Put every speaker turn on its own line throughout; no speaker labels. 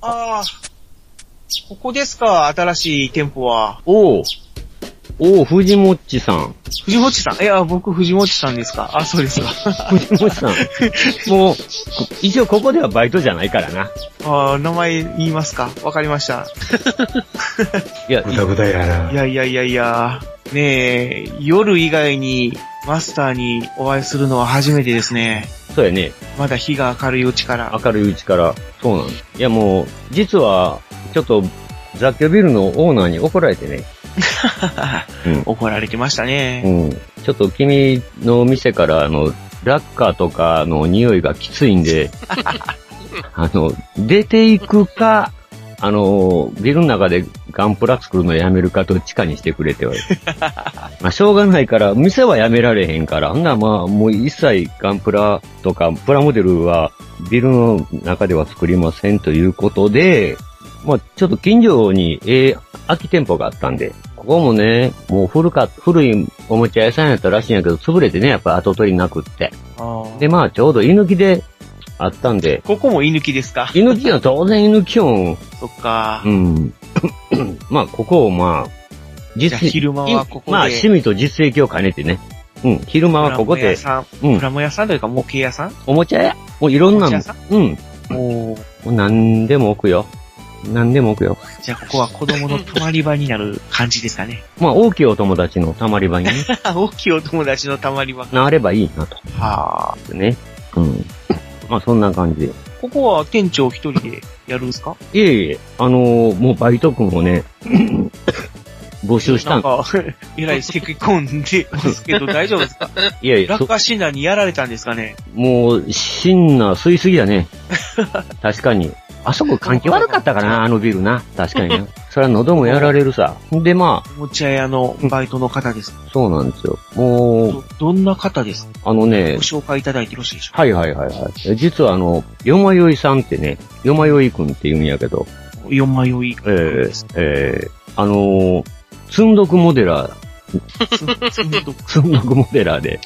ああ。ここですか、新しい店舗は。
おう。おう、藤もっちさん。
藤本さんいや、僕藤本さんですか。あ、そうですか。
藤もっちさん。もう、こ一応ここではバイトじゃないからな。
ああ、名前言いますか。わかりました。
いや、い
ぐだぐだや
い
な。
やいやいやいや。ねえ、夜以外にマスターにお会いするのは初めてですね。
そうやね。
まだ日が明るいうちから。
明るいうちから。そうなんです。いやもう、実は、ちょっと、雑居ビルのオーナーに怒られてね。うん。
怒られてましたね。
うん。ちょっと君の店から、あの、ラッカーとかの匂いがきついん で、あの、出ていくか、あの、ビルの中でガンプラ作るのやめるかどっちかにしてくれては まあ、しょうがないから、店はやめられへんから、ほんならまあ、もう一切ガンプラとか、プラモデルは、ビルの中では作りませんということで、まあ、ちょっと近所に、ええ空き店舗があったんで、ここもね、もう古か、古いおもちゃ屋さんやったらしいんやけど、潰れてね、やっぱ後取りなくって。
あー
で、まあ、ちょうど居抜きであったんで、
ここも居抜きですか。
居抜きは当然居抜き音、
そっか
う。ん。 まあ、ここをまあ、
じゃあ
実
昼間はここで。
まあ、趣味と実益を兼ねてね。うん、昼間はこ
プラモ
こで
屋、さん。
う
プ
ん、
ラモ屋さんというか模型屋さん
おもちゃ屋、もういろんな
おもちゃ屋さ、
のうん、も
おー
う何でも置くよ。何でも置くよ。
じゃあここは子供の溜まり場になる感じですかね。
まあ、大きいお友達のたまり場にね
大きいお友達の溜まり場。
なればいいなと。
はあ。
ね。うん。まあ、そんな感じで。
ここは店長一人でやるんですか
いえいえ、あのーもうバイト君を ね、募集し
な
た
ん
ん。
か、 えらいせき込んでますけ ど大丈夫ですか
いやいや、
落
そ
下診断にやられたんですかね
もう、シンナー吸いすぎだね。確かに。あそこ環境悪かったかな、あのビルな。確かにな。それは喉もやられるさ。で、ま
おもちゃ屋のバイトの方です。
あ、そうなんですよ。もう、
ど、どんな方ですか
あのね
ご、紹介いただいてよろしいでしょうか
はいはいはいはい。実はあの、よまよいさんってね、よまよいくんって言うんやけど、
四枚酔い
ええ
です。
ええあのー、積んどくモデラー、
つんどく
そんなモデラーで。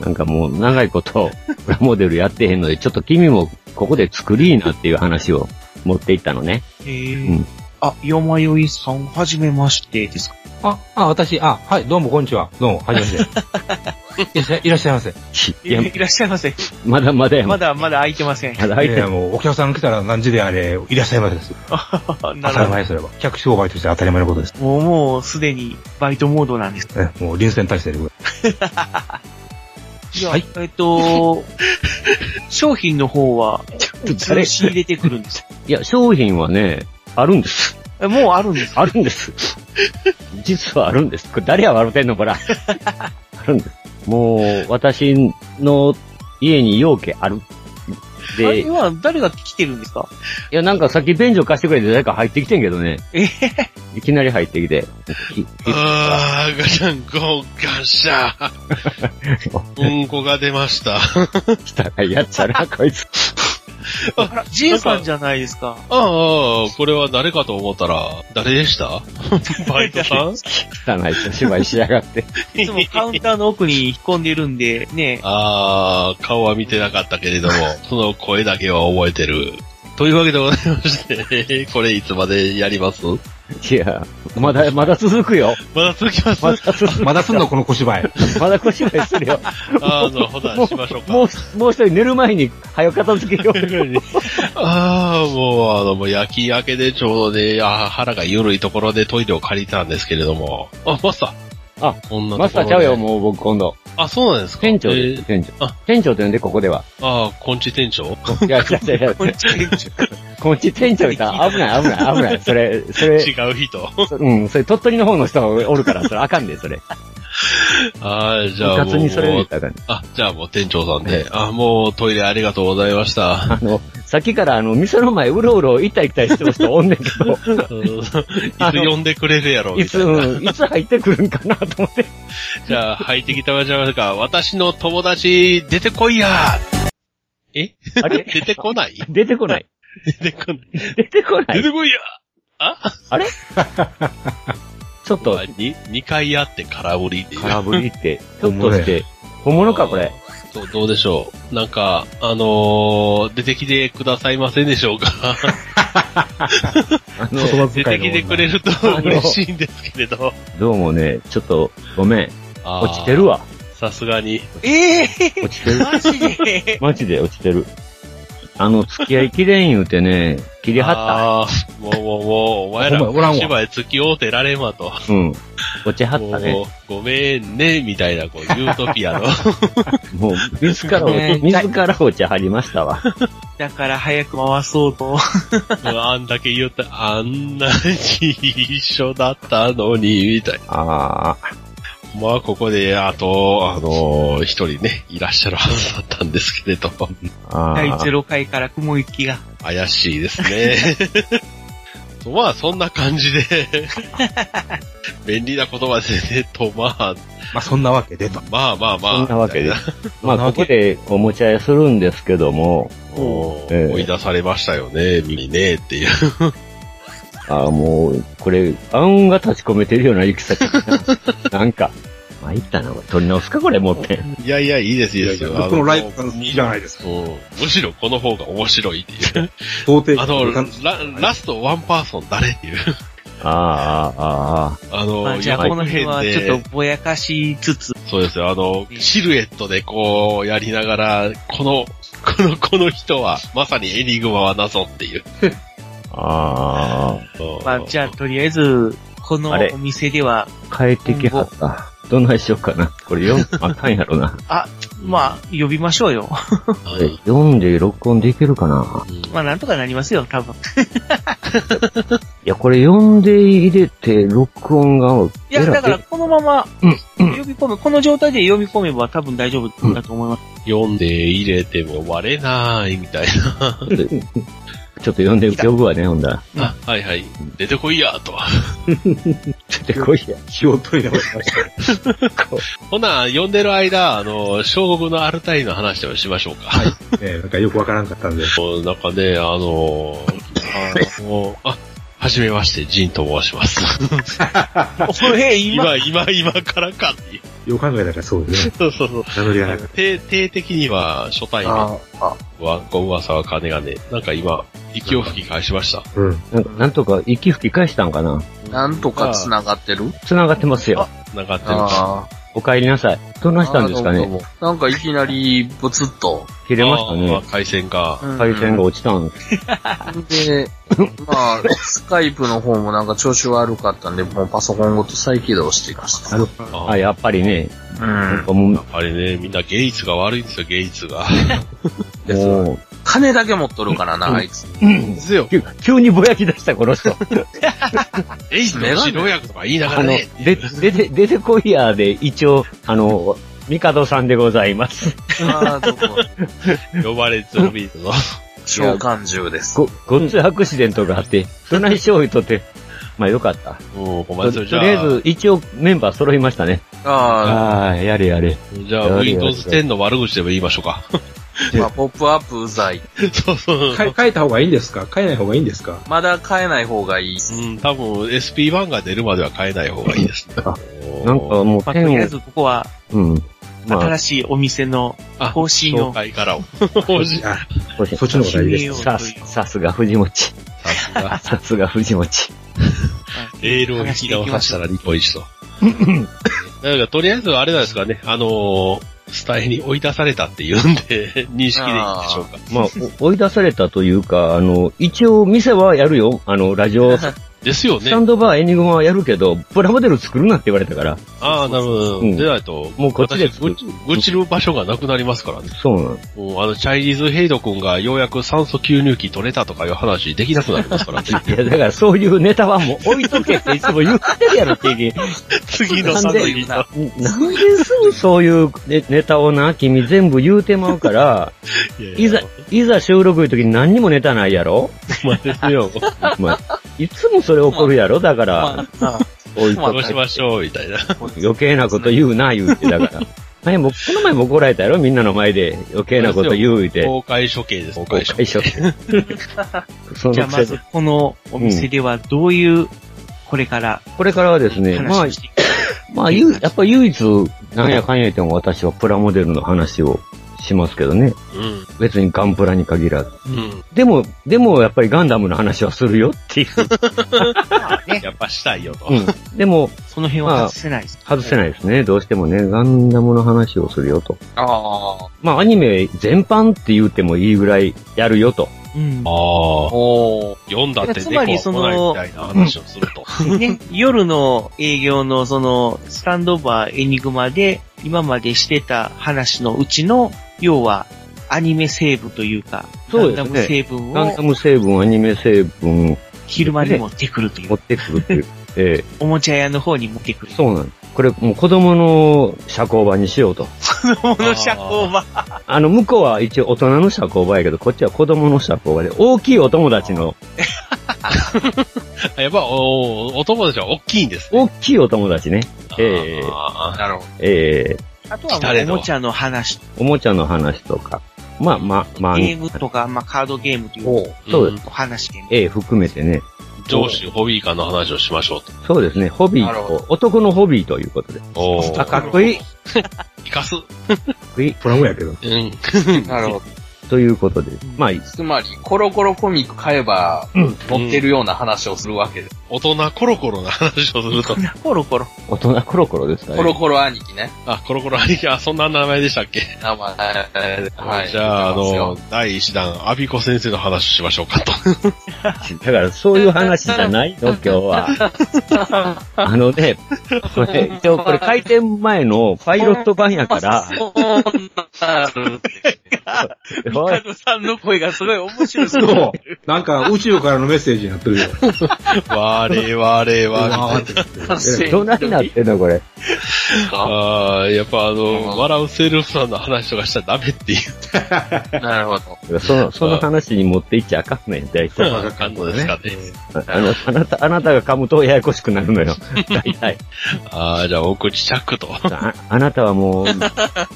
なんかもう長いこと、プラモデルやってへんので、ちょっと君もここで作りーなっていう話を持っていったのね。
え
う
ー
ん
あ、よまよいさん、はじめましてですか
あ、あ、私、あ、はい、どうも、こんにちは。どうも、はじめま して。いらっしゃい、いらっしゃいませ。
いや、
いらっしゃいませ。
まだまだや、
ま
まだ
だまだ空いてません。
入っ
い
て
や
ん。
もう、お客さん来たら何時であれ、いらっしゃいませです。
な
当
る
たり
ほ
前それは。客商売として当たり前のことです。
ど。もう、もうすでにバイトモードなんです。
えもう、臨戦態勢でござい
じゃあ、
はい
えっと、商品の方は、
誰
仕入れてくるんです。
いや、商品はね、あるんです。
えもうあるんですか
あるんです。実はあるんです。これ誰や笑ってんのこら。あるんです。もう、私の家に容器ある。
あ
で、
れ
い
は誰が来てるんですか
や、なんかさっき便所貸してくれて誰か入ってきてんけどね。
えへ
いきなり入ってきて。き
あー、ガシャンコ、ガシャン。うんこが出ました。
したらやっちゃな、こいつ。
あら、ジンさんじゃないですか。
ああ、これは誰かと思ったら、誰でした バイトさん
汚い小芝居しやがって。
いつもカウンターの奥に引っ込んでるんで、ね
ああ、顔は見てなかったけれども、その声だけは覚えてる。というわけでございまして、これいつまでやります
いや、まだ、まだ続くよ。
まだ続きます
まだ続
す。まだすんの、この小芝居。
く。まだ小芝居するよ。
ああ、なるほど、しましょうか。
もう、もう一人寝る前に、早片付けよう。
ああ、もう、あの、もう焼き明けでちょうどね、あー腹が緩いところでトイレを借りたんですけれども。あ、マスター。
あ、
こんなところで
マスターちゃうよ、もう僕今度。
あ、そうなんですか
店長
え
です、
ー
店長
あ。
店長って呼んで、ここでは。
あー、こんち店長
いや、いやいやいや
え。こんにちは。
こっち店長いたら危ない、危ない、危ない。それ、それ、
違 う人。
そうん、それ鳥取の方の人がおるから、それあかんで、それ。
ああ、じ
部
ゃあも
活
う、
にそれ言ったらあかんで。
あ、じゃあもう店長さんで、あ、もうトイレありがとうござい ました。
あの、さっきからあの、店の前、うろうろ、行ったり来たりしてる人おんねんけど。
うんいつ呼んでくれるやろ、
い
みた
つ、
いな。
うんいつ入ってくるんかなと思って。
じゃあ、入ってきたまじゃないですか。私の友達、出てこいやえ
あれ
出てこない
出てこない。
出てこない。
出てこな
出
い。
てこいや
ちょっと、
に二回やって空振りっていう。
空振りって、ちょっとして、本
本
物かこれ。。
そう、どうでしょう。なんか、あのー出てきてくださいませんでしょうか
あ
言
の、
葉
出
遣
て
いの
きてくれると嬉しいんですけれど。
どうもね、ちょっと、ごめん。
あー
落ちてるわ。
さすがに。
ええ ー
落ちてる。
マジで
マジで落ちてる。あの、付き合いきれん言うてね、切りはっ
ああー、もうもうもう、お前ら、
ほんまおらんわ
芝居付き合うてられまと。
た。うん。落ちはったね。
もう、ごめんね、みたいな、こう、ユート ピアの。
もう、自ら落
ね
ち、自ら落ちはりましたわ。
だから早く回そうと。
あんだけ言った、あんなに一緒だったのに、みたい
ああ、
な。まあ、ここで、あと、あのー一人ね、いらっしゃるはずだったんですけれど、
あ
第
あ。
0回から雲行きが。
怪しいですね。 まあ、そんな感じ で、便利な言葉でね、と、まあ、
まあ、そんなわけでと。
まあま あまあ。
そんなわけで
みたいな。
まあ、ここでお持ち合いするんですけども、
お
ええ
ー追い出されましたよね、ミねっていう。
ああ、もう、これ、暗雲が立ち込めてるような行き先だななんか、まあ、いったな、これ取り直すか、これ、もう って。
いやいや、いいです、いいですよ。
いやいや僕のライブが好きじゃないです
か。うんむしろこの方が面白いっていう。
到底
あの、ラ
ラ
ラストワンパーソン誰っていう。
ああ、ああ、あ
あの、
まあ、じゃあ
予
この辺
告編
はちょっ
で、
とぼやかしつつ、
そうですよ、あの、シルエットでこう、やりながら、この、 この、この人は、まさにエニグマは謎っていう。
あ、ああ。
うん
まあ、じゃあとりあえず、この
あれ
お店では、
帰ってきはった。どないしようかな。これ読ん、あかんやろな。
まあ、呼びましょうよ。
これ読んで録音できるかな。
うん
まあ、なんとかなりますよ、多分。
いや、これ読んで入れて録音が、
いや、
えい
だから、このまま、呼
うん
び込む、この状態で呼び込めば多分大丈夫だと思います。
読んで入れても割れない、みたいな。
ちょっとちょっと読んで呼ぶわね、ほんだら。
うん
あ はいはい。出てこいや、と。
ちょっと来いや。
気を取り直しました。
ほな、読んでる間、あの、将軍のアルタインの話でもしましょうか。はい。
ええなんかよくわからんかったんで。
なんかね、あの、あの、あ、はじめまして、ジンと申します。
おえ、今、
今、今、今からかっていう。
よう考えたらそうですね。
そうそうそう。
名乗りがなかっ
定、定的には初対
た。
面は、
あ、
ご噂は金がね、なんか今、息を吹き返しました。
うん。
なんかなんとか息吹き返したんかな。
なんとか繋がってる
繋がってますよ。
繋がってるか。
ああ。
お帰りなさい。どんなしたんですか
あーどう
ね。
もどうもなんかいきなり、ブツッと。
切れました
あー
ね。
あ回線が。
うん
回線が落ちたんです。
で、まあ、スカイプの方もなんか調子悪かったんで、もうパソコンごと再起動していました。
の
あ
あ、
ー
やっぱりね。
うん。
も
あれね、みんなゲイツが悪いんですよ、ゲイツが。
う、も
金だけ持っとるからな、あいつ。
ですよ
う。急急にぼやき出した、この人。
エイトの治療薬とか言いなが
あ
ら
の
ね。、
で、出て、出てこいやで、一応、あの、ミカドさんでございます。
ああ、どうも。
呼ばれゾンビーズの。
召喚獣です。
ご、ごっついアクシデントがあって、どないしよう言うとって、 まあよかった。
もう、お前
と
それじ
と
ゃ
りあえ
あ、
ず、一応メンバー揃いましたね。
あ
ああ、やれやれ。
じゃあ、Windows 10の悪口でも言いましょ うか。
あ、まあ、ポップアップうざい。
そうそう。
変え、変えた方がいいんですか変えない方がいいんですか
まだ変えない方がいい。
うん、多分 SP1 が出るまでは変えない方がいいですね。
なんかもう、
まあ、とりあ
ペ
え
ンを、
ずここは、
うん。まあ
新、しいお店の
あ
更新
紹
の
介からを。
あ、
これ
そっちの方がいいです。
をと
さ
いう
す、さすが藤持ち。
さすが。
さすが藤持ち。
レールを引き直させたら日本一と。 だから、とりあえずはあれなんですかね、あのー、スタイに追い出されたっていうんで、 認識でいいんでしょうか。
まあ、お追 い出されたというか、あの、一応店はやるよ。あの、ラジオ、ス
ですよね
タ。ンドバーエニグマはやるけど、プラモデル作るなって言われたから。
ああ、なるほど。
うん
でないと、
もうこっちで
私愚痴愚痴る場所がなくなりますからね。
そうなの。
もうあの、チャイニーズヘイド君がようやく酸素吸入器取れたとかいう話できなくなりますからね。
いや、だからそういうネタはもう置いとけっていつも言ってるやろ、定 義。
次
の
なん
寒
で
い
言うな。
なんですぐそういうネネタをな、君全部言うてまうから、いざ、いざ収録いう時に何にもネタないやろ
まですよ。
まあ、いつもそれ起こるやろだから、
まあ、
置いと
どうしましょう、みたいな。
く余計なこと言うな、言うて、だから。前も、この前も怒られたやろみんなの前で余計なこと言う言うて。
公開処刑です、公
公
開処刑
開。処刑 そ
じゃあ
のくせ
ま
に
ず、このお店ではどういう、これから
これからはですね、まあ
話を、していく
まあ、ゆやっぱ唯一、なんやかんや言っても私はプラモデルの話をしますけどね。
うん。
別にガンプラに限らず。
うん。
でも、でもやっぱりガンダムの話はするよっ ていう。
やっぱしたいよと。
うん。でも、
その辺は外せないです。
外せないですね。どうしてもね、ガンダムの話をするよと。
ああ。
まあ、アニメ全般って言うてもいいぐらいやるよと。
うん。
ああ。
おー。
読んだって
つ
猫
ま
は来ない
り
み
その
たいな話をすると。
ね、夜の営業のその、スタンドオーバーエニグマで、今までしてた話のうちの、要は、アニメ成分というか、
そうです
ガン
ね
ダム成分
ガンダ
を
ム成分、アニメ成分
昼間に持ってくるとい
持
う、
ってくるっていう。え
おもちゃ屋の方に持ってく
え
る。
そうなんです。これ、もう子供の社交場にしようと。
この社交場。
あの、向こうは一応大人の社交場やけど、こっちは子供の社交場で、大きいお友達の、
やっぱ、おーお友達は大きいんですね。
大きいお友達ね。ええ
あー
なるほ
ええ
あとはもうおもちゃの話、
おもちゃの話とか、まあまあ、まあ、
ゲームとか、まあカードゲームという
おそうです。
ん
お話でね。
ええ含めてね。
上司ホビー間の話をしましょうと。
そうですね、ホビ
なる
ー
ほ
を、男のホビーということで。
おー
あ、かっこいい。か
生かす。
っこいい
プラモやけど。
うん。
ど。なるほど。
ということで。まあ、
つまり、コロコロコミック買えば、載ってるような話をするわけです。
大人コロコロな話をすると。
コロコロ。
大人コロコロですかね。
コロコロ兄貴ね。
あ、コロコロ兄貴、あ、そんな名前でしたっけ
名前。はい。
じゃあ、あ
出てます
の
よ、
第1弾、アビコ先生の話しましょうかと。
だからそういう話じゃないの、今日は。あのね、これ、一応これ開店前のパイロット版やから、
そうなる。
おい
カドさんの声がすごい面白い。
そう。なんか宇宙からのメッセージになってるよ。
我々は、
わーってなってるえ
どないなってんの、これ。
か
あーやっぱあ
う
の、
ん
笑うセールスさんの話とかしちゃダメっていう
なるほど。
その、その話に持っていっちゃあかんねん、大体。
あ感じですかね。
あの、あなた、あなたが噛むとややこしくなるのよ。大体。
ああ、じゃあ、お口チャックと。
ああなたはもう、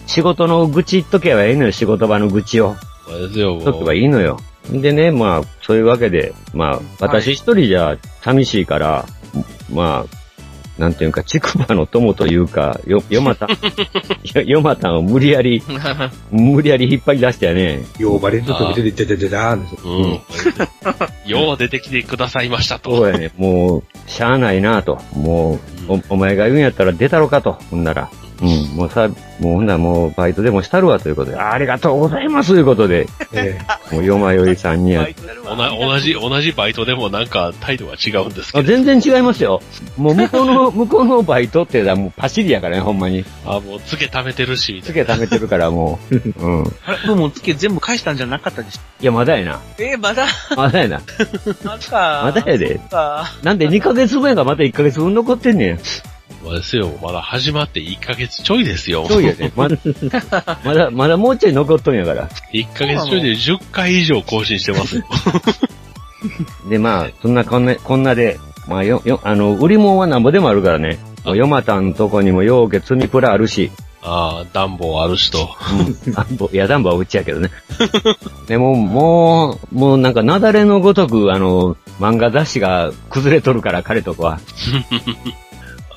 仕事の愚痴言っとけばええのよ、仕事場の愚痴を。
あれですよ、も
言っとけば
う。
いいのよ。でね、まあ、そういうわけで、まあ、私一人じゃ寂しいから、まあ、なんていうか、筑波の友というか、よ、よまたん、よよまたんを無理やり、無理やり引っ張り出してやね。
ようバレると出て出て出てだーんですよ
うん。よう出てきてくださいました
そう
と。
やね、もう、しゃあないなと。もう、お、お前が言うんやったら出たろかと。ほんなら、うん、もうさ、もうほんならもうバイトでもしたるわということで、ありがとうございますということで、
え
もうよまよいさんにやっ
おな同じ、同じバイトでもなんか態度が違うんです
あ
けど。
全然違いますよ。もう向こ うの、向こうのバイトってのはもうパシリやからね、ほんまに。
あもう、つけ貯めてるし、みた
つ
いな。
け貯めてるからもう。うん。い
あれ僕もつけ全部返したんじゃなかったでしょ。
や、まだやな。
えーまだ、
まだやな。
まだ。
まだやで。
か。
なんで2ヶ月分がまた1ヶ月分残ってんねん。
まあですよ、まだ始まって1ヶ月ちょいですよ。
そうやね。まだ、まだ、まだもうちょい残っとんやから。
1ヶ月ちょいで10回以上更新してますよ。
で、まあ、そんなこんな、こんなで、まあ、よ、よ、あの、売り物はなんぼでもあるからね。もうヨマタンのとこにもようけ積みプラあるし、
ああ、暖房あるしと。
あんぼ、いや、ダンボはうちやけどね。でも、もう、もうなんか、なだれのごとく、あの、漫画雑誌が崩れとるから、彼とこは。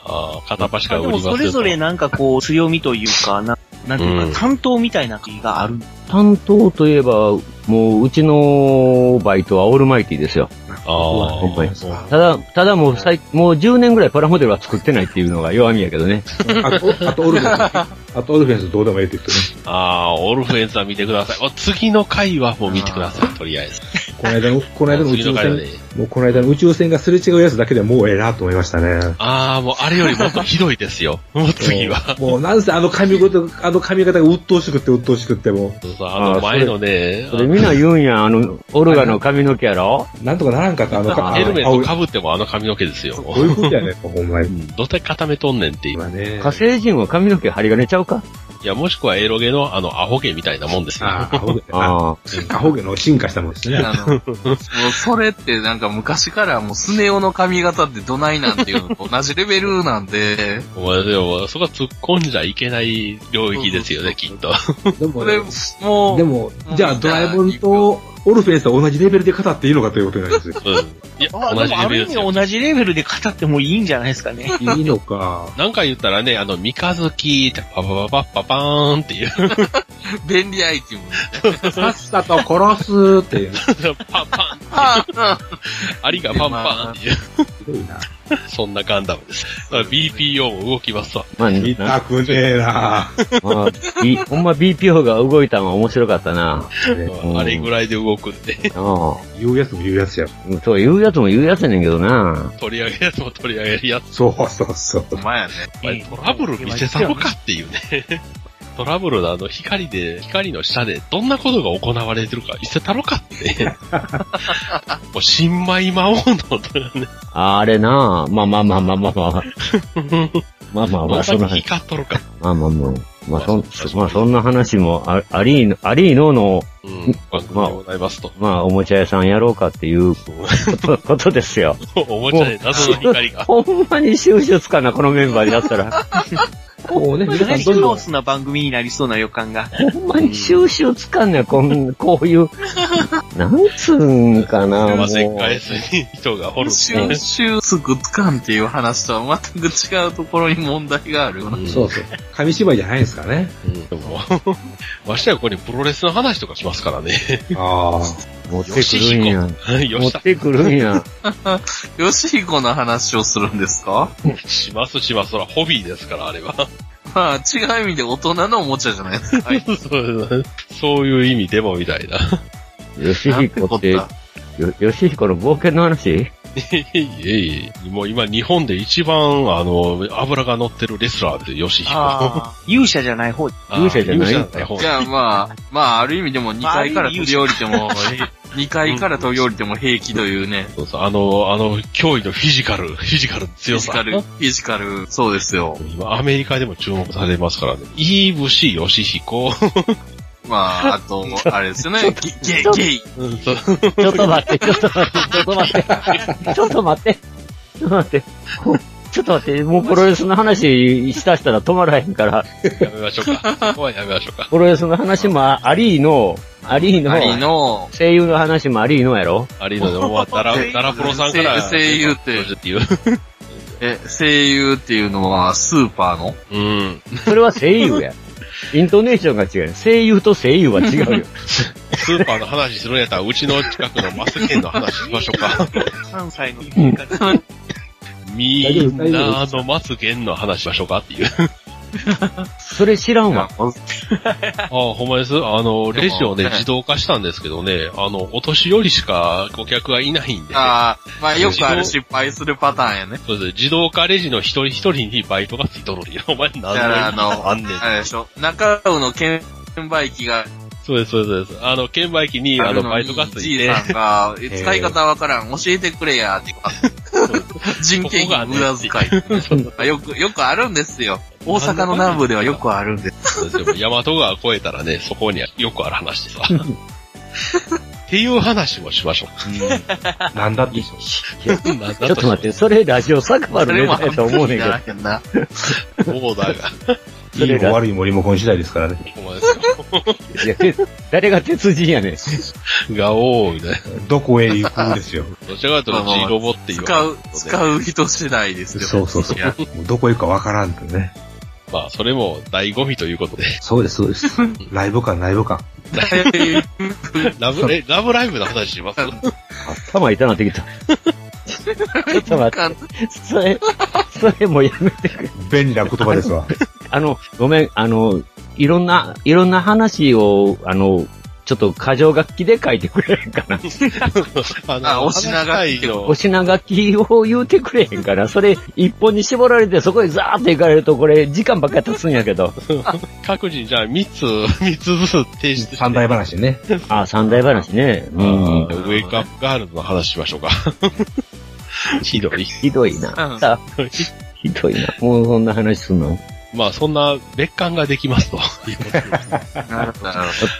ああ、片っ端か
で
ら売りま
も
すよ
そ
と。
れぞれなんかこう、強みというか、ななんていう
うん
か、担当みたいな気がある。
担当といえば、もう、うちのバイトはオールマイティですよ。
ああ、
ほんまに
そう
ただ、ただもう、最もう10年ぐらいパラモデルは作ってないっていうのが弱みやけどね。
えあと、あとオルフェンス。あとオルフェンスどうでもええって言ってね。
ああー、オルフェンズは見てください。お次の回はもう見てください、とりあえず。
この間の、この間の宇
次
宙
の回はね
船、。もうこの間の宇宙船がすれ違うやつだけでもうええなと思いましたね。
ああ、もうあれよりもっとひどいですよ。もう次は。
もうなんせあの髪型、あの髪型が鬱陶しくって鬱陶しくっても
そうそうあの前のね、
それみんな言うんや、あの、オルガの髪の毛やろ
う、なんとかならんかった、あの
あ
髪
ヘルメッ
青い
ト被ってもあの髪の毛ですよ。
どういうことやねん、ほんまに。
どうせ固めとんねんっていう。
今ね。
火星人は髪の毛針金ちゃうか
いや、もしくはエロゲのあのアホ毛みたいなもんですよ。
ああ、アホ毛あ
ああ。
アホ毛の進化したもんですね。
あの、もうそれってなんか昔からもうスネ夫の髪型ってどないなんていうのと同じレベルなんで、
お前でも、そこは突っ込んじゃいけない領域ですよね、きっと。
でも
それも
で
う、
も、じゃあドラえもんとオルフェンスは同じレベルで語っていいのかということになりますよ。
うん。いや、
あ
同
で
じ
も
レ
あ
ベ
る意
ルですよ
味。同じレベルで語ってもいいんじゃないですかね。
いいのか。
なんか言ったらね、あの、三日月ってパパパパパパーンっていう。
便利アイテム。
さっさと殺すっていう。ひ
パンパン、
ああ、
ありがパンパンっていう、
どいな。
そんなガンダムです。だから BPO も動きますわ。
まあ、
見
な
たくねえな
まあ、B- ほんま BPO が動いたのは面白かったな。うん
あれぐらいで動くって。
あ
言うやつも言うやつや。
あそう、言うやつも言うやつやねんけどな。
取り上げるやつも取り上げるやつ。
そうそうそう。
お前やね。
お前トラブル見せたのかっていうね。 トラブルのあの光で、光の下でどんなことが行われてるか見せたのか って。もう新米魔王の、ね、
ああれな。まあまあまあまあまあまあ。まあまあま
ま
あ、そ
さに
の話。
光っとるか。
まあまあまあ。まあそん
まあそう、
まあそんな話もあありの、ありのの、
うん、番組でございますと。
まあおもちゃ屋さんやろうかって いうことことですよ。
おもちゃで謎の光が。
ほんまに収拾つかな、このメンバーでやった ら。
こうね、
か
皆さ
なんり
ど
カ
んどん
オ、スな番組になりそうな予感が。
ほんまに収拾つかんねこん、こういう、なんつうんかな、も
ま
う。
せん返す人がおるんですね
収集つくつかんっていう話とは全く違うところに問題があるよな。
そうそう。紙芝居じゃないですからね。
うんでもましてやここにプロレスの話とかしますからね。
ああ。
持ってくるんや。
よ
持
し
っ、てくるんや。
ヨシヒコの話をするんですか
しますします。そら、ホビーですから、あれは。
まあ、違う意味で大人のおもちゃじゃないですか。はい。
そう そういう意味でもみたいな。
よし
なん
ひ
て
こ
こ
って、よ
っ
よしひこの冒険の話
いえいえ、もう今日本で一番、あの、油が乗ってるレスラーですよ、吉
た
彦。あ
あ
勇者じゃない方。
ー
勇者じゃない
勇者じゃない方
あ。じゃあまあ、まあ、ある意味でも2階から飛び降り ても、2階から飛び降りても平気というね、
そうそうあの、あの、脅威のフィジカル、フィジカルの
フィ
強
ジ
さ。
カル、フィジカル、そうですよ。
今、アメリカでも注目されますからね。イーブシ・ヨシヒコ。
まあ、あと、あれですよね、ゲイ、ゲイ、
うんそう
ちょっと待って、ちょっと待って、ちょっと待って。ちょっと待って。ちょっと待って。こちょっと待って、もうプロレスの話したしたら止まらへんから、
やめましょう か。そこはやめましょうか。
プロレスの話もありの、ありの
あ、りの、
声優の話もありのやろ
ありので、もう、ダラ、ダラプロさんから。
声声優って
っていう。
え、声優っていうのはスーパーの
うん。
それは声優や。イントネーションが違うよ。声優と声優は違うよ。
スーパーの話するんやったら、うちの近くのマスケンの話しましょうか。
関西の言い方
みんなあのマスゲンの話しましょうかっていう。
それ知らんわ。
ああ、ほんまです。あの、レジをね、
はい
自動化したんですけどね、あの、お年寄りしか顧客がいないんで、
ああ、まあよくある失敗するパターンやね。
そうです自動化レジの一人一人にバイトがついとるんや。お前何の意
だからあ
味
の
があんねん。
あれでしょ、中尾の券売機が
そうです、そうですそうです。あの、券売機に、あ
ある
の、
の
バイ
に
トがつ、い
じい
て、
さんが、使い方わからん、教えてくれや、って人件費無駄遣い。よく、よくあるんですよ。大阪の南部ではよくあるんです。
そうですよ大和川越えたらね、そこによくある話で さ。っていう話もしましょ
なんだってでしょ。
う。なんだ
ちょっと待って、それラジオ酒場のネタやと思うねんけど。
けどな。
オーダーが。
そ
い
れ
いも
が
悪いもリモコン次第ですからね。
ほんまです
いやて誰が鉄人やねん。
よ。が多いね。
どこへ行くんですよ。
どちらかというと G ロボっていう。
使う、使う人次第ですよ。
そうそうそう
いや。
もうどこへ行くかわからんとね。
まあ、それも醍醐味ということで。
そうです、そう です。ライブ感、ライブ感。
ラブ、え、ラブライブの話します
頭痛なってきた。ちょっと待って、それ、それもうやめてくれ。
便利な言葉ですわ。
あの、ごめん、あの、いろんな、いろんな話を、あの、ちょっと過剰書きで書いてくれへん かな。
あ
あお品書きってこ
お品書きを言うてくれへんかな。それ、一本に絞られて、そこへザーっていかれると、これ、時間ばっかり経つんやけど。
各人じゃあ3つ、3 つずつ提出して。
三大話ね。
あ、三大話ね。う
うん
ん
ウ。ェイクアップガールズの話しましょうか。 ひどい。
ひどいな。さ
うん
ひどいな。もうそんな話すんの
まあ、そんな別館ができますと。
なるほ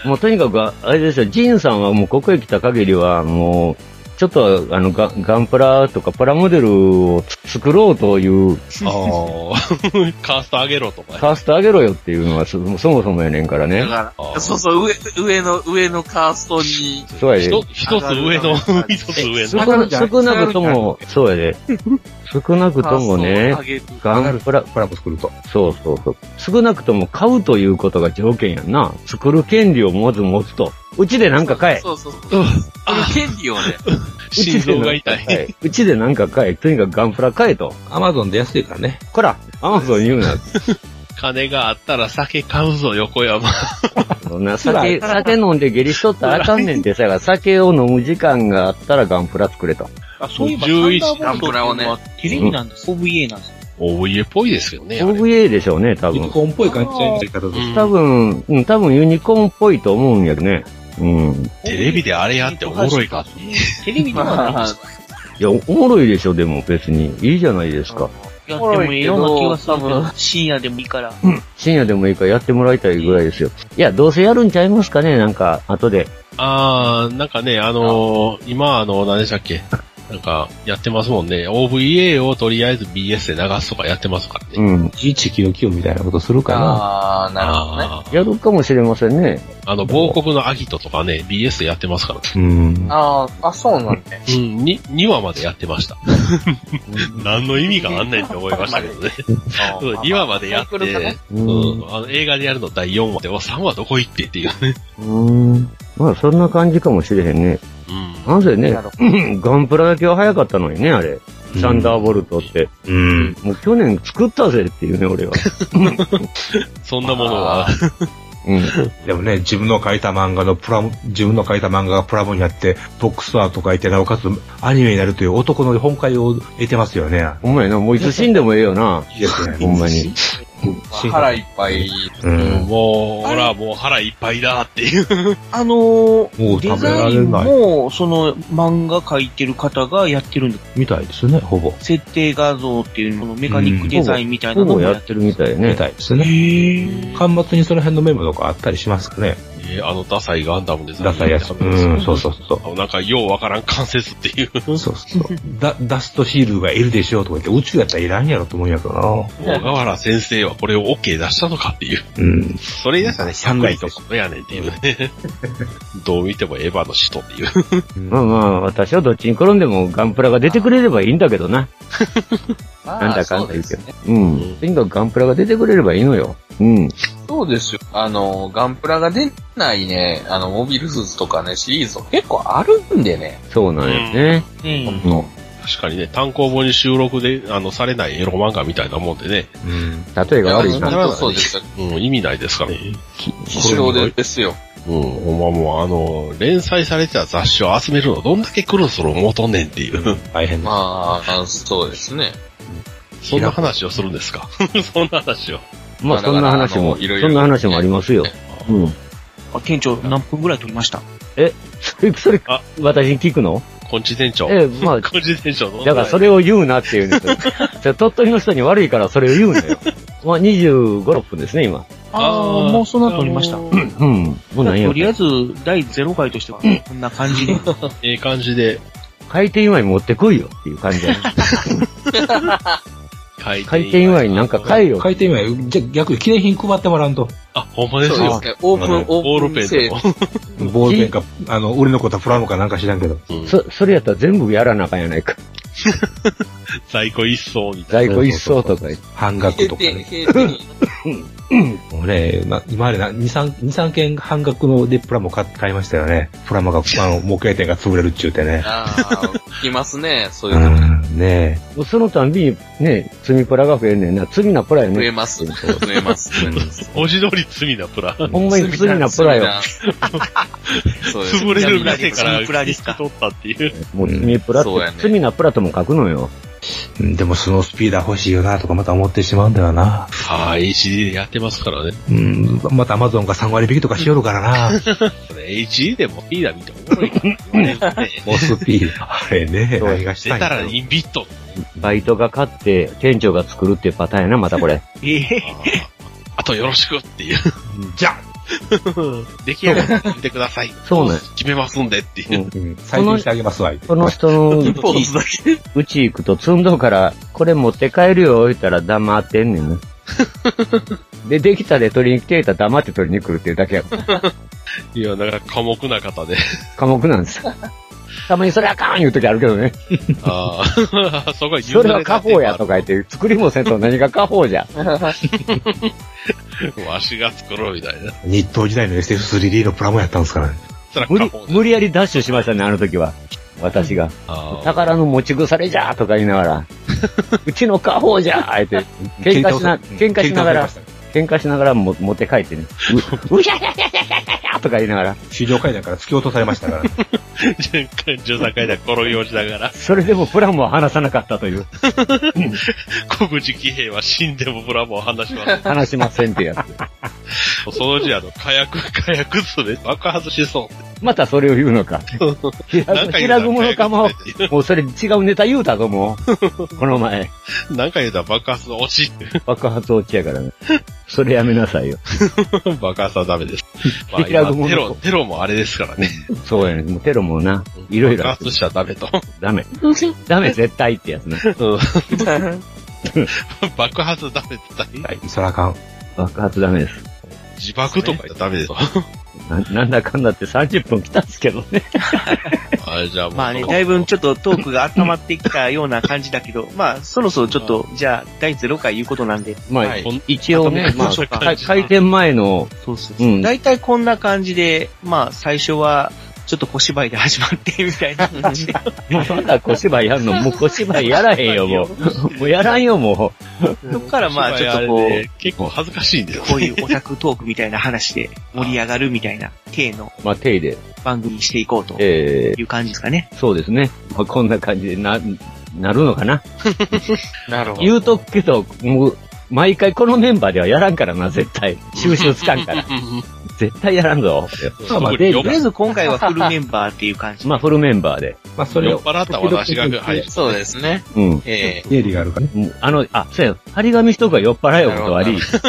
ど。
もうとにかく、あれですよ、ジンさんはもうここへ来た限りは、もう、ちょっと、あの、ガガンプラとかプラモデルを作ろうという、
ああ、カースト上げろとか。
カースト上げろよっていうのはそそもそもやねんから
だ
ね。
から、
あ
そうそう、上、上の、上のカーストに、
そうやで。
一つ一つ上の、 一つ上
少
の。
な少なくとも、そうやで。少なく
カ
と
ースト
も
を
ね
上、げる。
ガンプラ、
コラボ作ると。
そうそうそう。少なくとも買うということが条件やんな。作る権利をまず持つと。うちでなんか買え。
そうそうそう。
うん
あの権利をね、
心臓が痛い。
い。うちでなんか買え。とにかくガンプラ買えと。
アマゾンで安いからね。
こら、アマゾン言うな。
金があったら酒買うぞ、横山。
そんな酒、酒飲んで下痢しとったらあかんねんってさ、酒を飲む時間があったらガンプラ作れと。
あ、そういえば、
11
サンダーボルトっていうのはテレビなんです。OVA なんですよ。
お家っぽいですけどね。あれ
OVA でしょうね、多
ユニ
分。
コーンっぽい感じのやり方と
う
し
ん
多分、うん、多分ユニコーンっぽいと思うんやけどね。うん。
テレビであれやっておもろいか。
テレビではない
まあ、
いや、おおもろいでしょ、でも別に。いいじゃないですか。
やってもいろんな気がするけど、深夜でもいいから。
深夜でもいいからやってもらいたいぐらいですよ。いや、どうせやるんちゃいますかね、なんか、後で。
あー、なんかね、あのー、今、あの、何でしたっけ。なんか、やってますもんね。OVA をとりあえず BS で流すとかやってますからね。
うん。
1199みたいなことするかな。
あー、なるほどね。
あー
やるかもしれませんね。
あの、亡国のアギトとかね、BS でやってますから。
うん。
あー、あ、そうなんだね。
うん、に、2話までやってました。何の意味があんねんって思いましたけどね。 そう2話までやっ
サイクルかな
て、
う。
うんん、あの映画でやるの第4話で、お3話どこ行ってっていうね。
うん。まあ、そんな感じかもしれへんね。
うん。
なぜね
なるほ、
ガンプラだけは早かったのにね、あれ。サンダーボルトって。
うん。
もう去年作ったぜっていうね、俺は。
そんなものは
あ、
うん。
でもね、自分の書いた漫画のプラモ、自分の書いた漫画がプラモになって、ボックスアート書いて、なおかつアニメになるという男の本懐を得てますよね。
ほんまやな、もういつ死んでもええよな。
いいですね。
ほんまに。
まあ腹いっぱい。
う
うん
ん。
もう、ほら、もう腹いっぱいだっていう。
あのー
もう
デ
食べ
ザ
ら
イ
れ
ン
ない。
も、その漫画描いてる方がやってるんです。
みたいですね、ほぼ。
設定画像っていうののメカニックデザインみたいな
ほ
の
ぼ
も
や
やっ
ってるみたい
み
ね。
たいです
て
ね。
へ
端末にその辺のメモとかあったりしますかね。
えーあのダサいガンダムでさ
ダサいやつ。うん、そうそうそう。
あのなんか、ようわからん関節っていう。
そうそう そう。ダダストヒールがいるでしょうとか言って、宇宙やったらいらんやろと思うんやけどな。
小河原先生はこれを OK 出したのかっていう。
うん。
それ言い出したらね、
三
100位
回
とかのやねんっていうね。 どう見てもエヴァの使徒っていう。
まあまあ、私はどっちに転んでもガンプラが出てくれればいいんだけどな。
な
なんだかんだ言うけ
そうです
ど
ね。
うん。とにかくガンプラが出てくれればいいのよ。うん。
そうですよ。あの、ガンプラが出ないね、あの、モビルスーツとかね、シリーズ結構あるんでね。
そうなんですね。
ぇー。ね
うん。
確かにね、単行本に収録で、あの、されないエロ漫画みたいなもんでね、
うん。
例えが悪い
や
な。
本当そうですよ。
うん、意味ないですからね。
必要ですよ。
うん、ほんまもう、あの、連載されてた雑誌を集めるのどんだけ苦労する思うとんねんっていう。
大変だ。
まあ、そうですね。
そんな話をするんですか そんな話を。
まあそんな話
まあだからあ
も、
のいろいろ
そんな話もありますよ。うん。
あ店長、何分ぐらい撮りました
それ、それ
あ、
私に聞くの
コンチ店長。
ええ、まあ、
コンチ店長の。
だからそれを言うなって言うんですよ。じゃあ鳥取の人に悪いからそれを言うなよ。まあ25、6分ですね、今。
ああ、もうそんな撮りました。
うん。もう何や
とりあえず、第0回としては、こんな感じで。
ええ感じで
回転祝い持ってこいよっていう感じやね。
回転
回転祝いになんか買えよ。
書いてみない。じゃ、逆に記念品配ってもらうと。
あ、ほんまです
そうで
よ
す。ね。オープン、
ボ
オ
ー
ープ
ル
ン
ペン
セ
でも
ール。。
ボールペンか、あの、俺のことはプラモかなんか知らんけど。
うん
そ、それやったら全部やらなあかんやないか。
在庫一掃みたい
在庫一掃とか言って。
半額とか
閉店、
ね。
閉店。
もうね、な今までな、2、3、2、3件半額のでプラモ買買いましたよね。プラモが、あの、模型店が潰れるっちゅうてね。
ああ、聞きますね。そういううのね
ん、ね
もうそのたんびに、ね、罪プラが増えんねんな。罪なプラや
増え
ね。
ます。増えます。増えます。
な。文字通り罪なプラ。
ほんまに罪なプラよ。
そうです。
潰れる店から
罪プラですか
聞き取ったっていう。
もう罪プラって
そうやね、
罪なプラとも書くのよ。
うんでもスノースピーダー欲しいよなとかまた思ってしまうんだよな。
はい、HD でやってますからね。
うん、またアマゾンが3割引きとかしよるからな。
それ HD でもいいだみたいな。おもろい から言われるよね
モスピーダー。あれね、
そう
何がし
出
たいん
た
だ
ら
ろう
インビット。
バイトが買って、店長が作るっていうパターンやな、またこれ。
ええ
あーあとよろしくっていう。
じゃん
出来上がって見てください。
そうね。
決めますんでっていう。
うん。採点してあげますわ、
この人のう
一
ち
方ずつだけ。
うち行くと積んどうから、これ持って帰るよ、言ったら黙ってんねん な。で、できたで取りに来て言ったら黙って取りに来るっていうだけやから。
いや、なんか寡黙な 方で。
科目なんですよ。たまにそれあかん言う時あるけどね。
ああ、 そこは
それは家宝やとか言っ、
って
作りもせんと何が家宝じゃ。
て。わしが作ろうみたいな。
日東時代の SF3D のプラモやったんですからね。
そら
無
家
理
宝、
無理やりダッシュしましたね、あの時は。私が。
あ あ
宝の持ち腐れじゃーとか言いなが ら、うちの家宝じゃーあえて、喧嘩しな、 喧嘩しながら、喧嘩しながらも持って帰ってね、う、うひゃひゃひゃひゃひゃひゃとか言いながら、
市場階段から突き落とされましたから、ね。
13回で転げ落ちながら、
それでもプランも離さなかったという、
小口騎兵は死んでもブラボー話 します。
話しませんってや
そのうちあの、火薬、 火薬っすね。爆発しそう。
つ。またそれを言うの か。
なんか言う
平
な
雲の釜を、もうそれ違うネタ言うたぞ、もう。この前、
なんか言うたら爆発の落ち って。
爆発落ちやからね。それやめなさいよ。
爆発はダ メです。まあ
平
今
雲の
テロ、テロもあれですからね。
そうやね。もうテロもな、いろいろあっ
爆
て
発しちゃダメと。
ダメ。ダメ、絶対ってやつね。
爆発ダメって大
はい、そらあかん。
爆発ダメです。
自爆とか言ったらダメですよ。
ななんだかんだって30分来たんですけどね。
あじゃあもう
ま あね、だいぶちょっとトークが温まってきたような感じだけど、 まあ、そろそろちょっと、じゃあ、第0回いうことなんで、
まあ、
はい
一応ね、ま
ま
あ
あ、
そうか
か開店前の、
そうそう
う
そう。
ん
大体こんな感じで、まあ、最初は、ちょっと小芝居で始まって、みたいな感 じで。
もうまだ小芝居やんの、もう小芝居やらへんよ、 もう。もうやらんよ、も
そこからまあ、ちょっとこ
あ
う
れ、ね結構恥ずかしいんですよ。
こういうオタクトークみたいな話で盛り上がるみたいな、系の
う。まあ、手入れ。
番組にしていこうと
え
いう感じですかね。
ー、そうですね。まあ、こんな感じでな、なるのかな。
なるほ
言うとくけど、もう、毎回このメンバーではやらんからな、絶対。収集つかん から。絶対やらんぞ。
そう
まあ
酔
と
っ
りあえず今回はフルメンバーっていう感じ。
まあ、フルメンバーで。
まあ、それ
酔っ
を、
払った私が入る。
そうですね。
うん。
ええ
経理があるからね。
もうあの、あ、そうや、張り紙しとくは酔っ払いよことあり。絶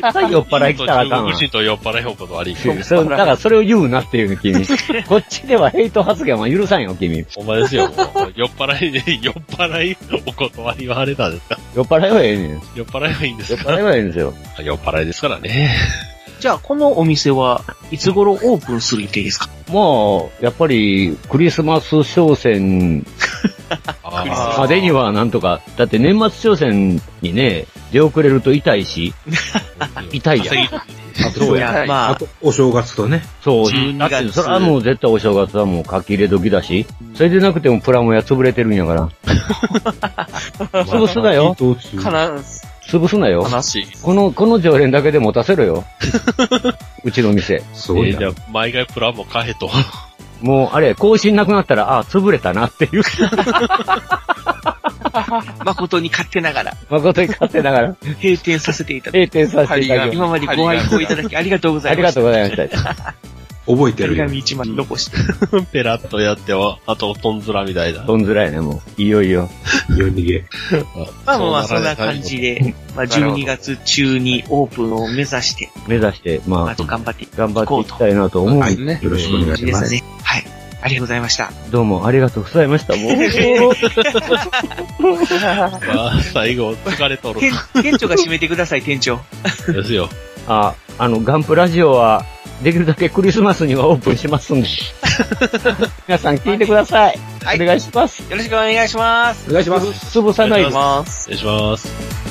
対酔っ払い来たらあかん
中
わ
国。人と酔っ払いほことあり。
そうだからそれを言うなっていうの 君。こっちではヘイト発言は許さんよ、君。酔
お前ですよ、もう。酔っ払いで、酔っ払い、お断りはあれなんですか
っ払いはええねん。酔っ
酔っ払いはいいんです か
払いはええんですよ。
酔っ払いですからね。
じゃあ、このお店はいつ頃オープンする予定ですか
もう、やっぱり、クリスマス商戦
あ
までにはなんとか、だって年末商戦にね、出遅れると痛いし、痛いやん。
あと、
いや、ま
あ
あ、
と、お正月とね。
そう、
12
だって
月
それはもう絶対お正月はもう書き入れ時だし、それでなくてもプラモや潰れてるんやから。潰すなよ。
どうする
かな、
潰すなよ。
悲しい。
この、この常連だけで持たせろよ。うちの店。
すごい
えーじゃ
な。
あ毎回プランも買えと。
もう、あれ、更新なくなったら、あ、潰れたなっていう、
誠に勝手ながら
誠に勝手ながら、
閉店させていただき、
閉店させていただきます。
今までご愛顧いただきありがとうござ
あ
い
り
ま
が
した。
とうございました。
覚えて
張
る
り
よ。
紙一枚残して。
ペラッとやっては、あと、トンズラみたいな。
とんずらやね、もう。いよいよ。
夜逃げ。
まあまあまあ、そんな感じで、まあ、12月中にオープンを目指して、
目指して、ま
ま
あ
ず、頑張ってい
頑張っていきたいなと思う。
はい、
ね
よろしくお願い
き
しま
ます
す。
ね。はい。ありがとうございました。
どうもありがとうございました。もう、
まあ、最後、疲れとる
店店長が締めてください、店長。
んですよ。
あ、あの、ガンプラジオは、できるだけクリスマスにはオープンしますんで。皆さん聞いてください。
はい
お願いします。
よろしくお願いします。
お願いします。
潰さないで。
ます。
失礼します。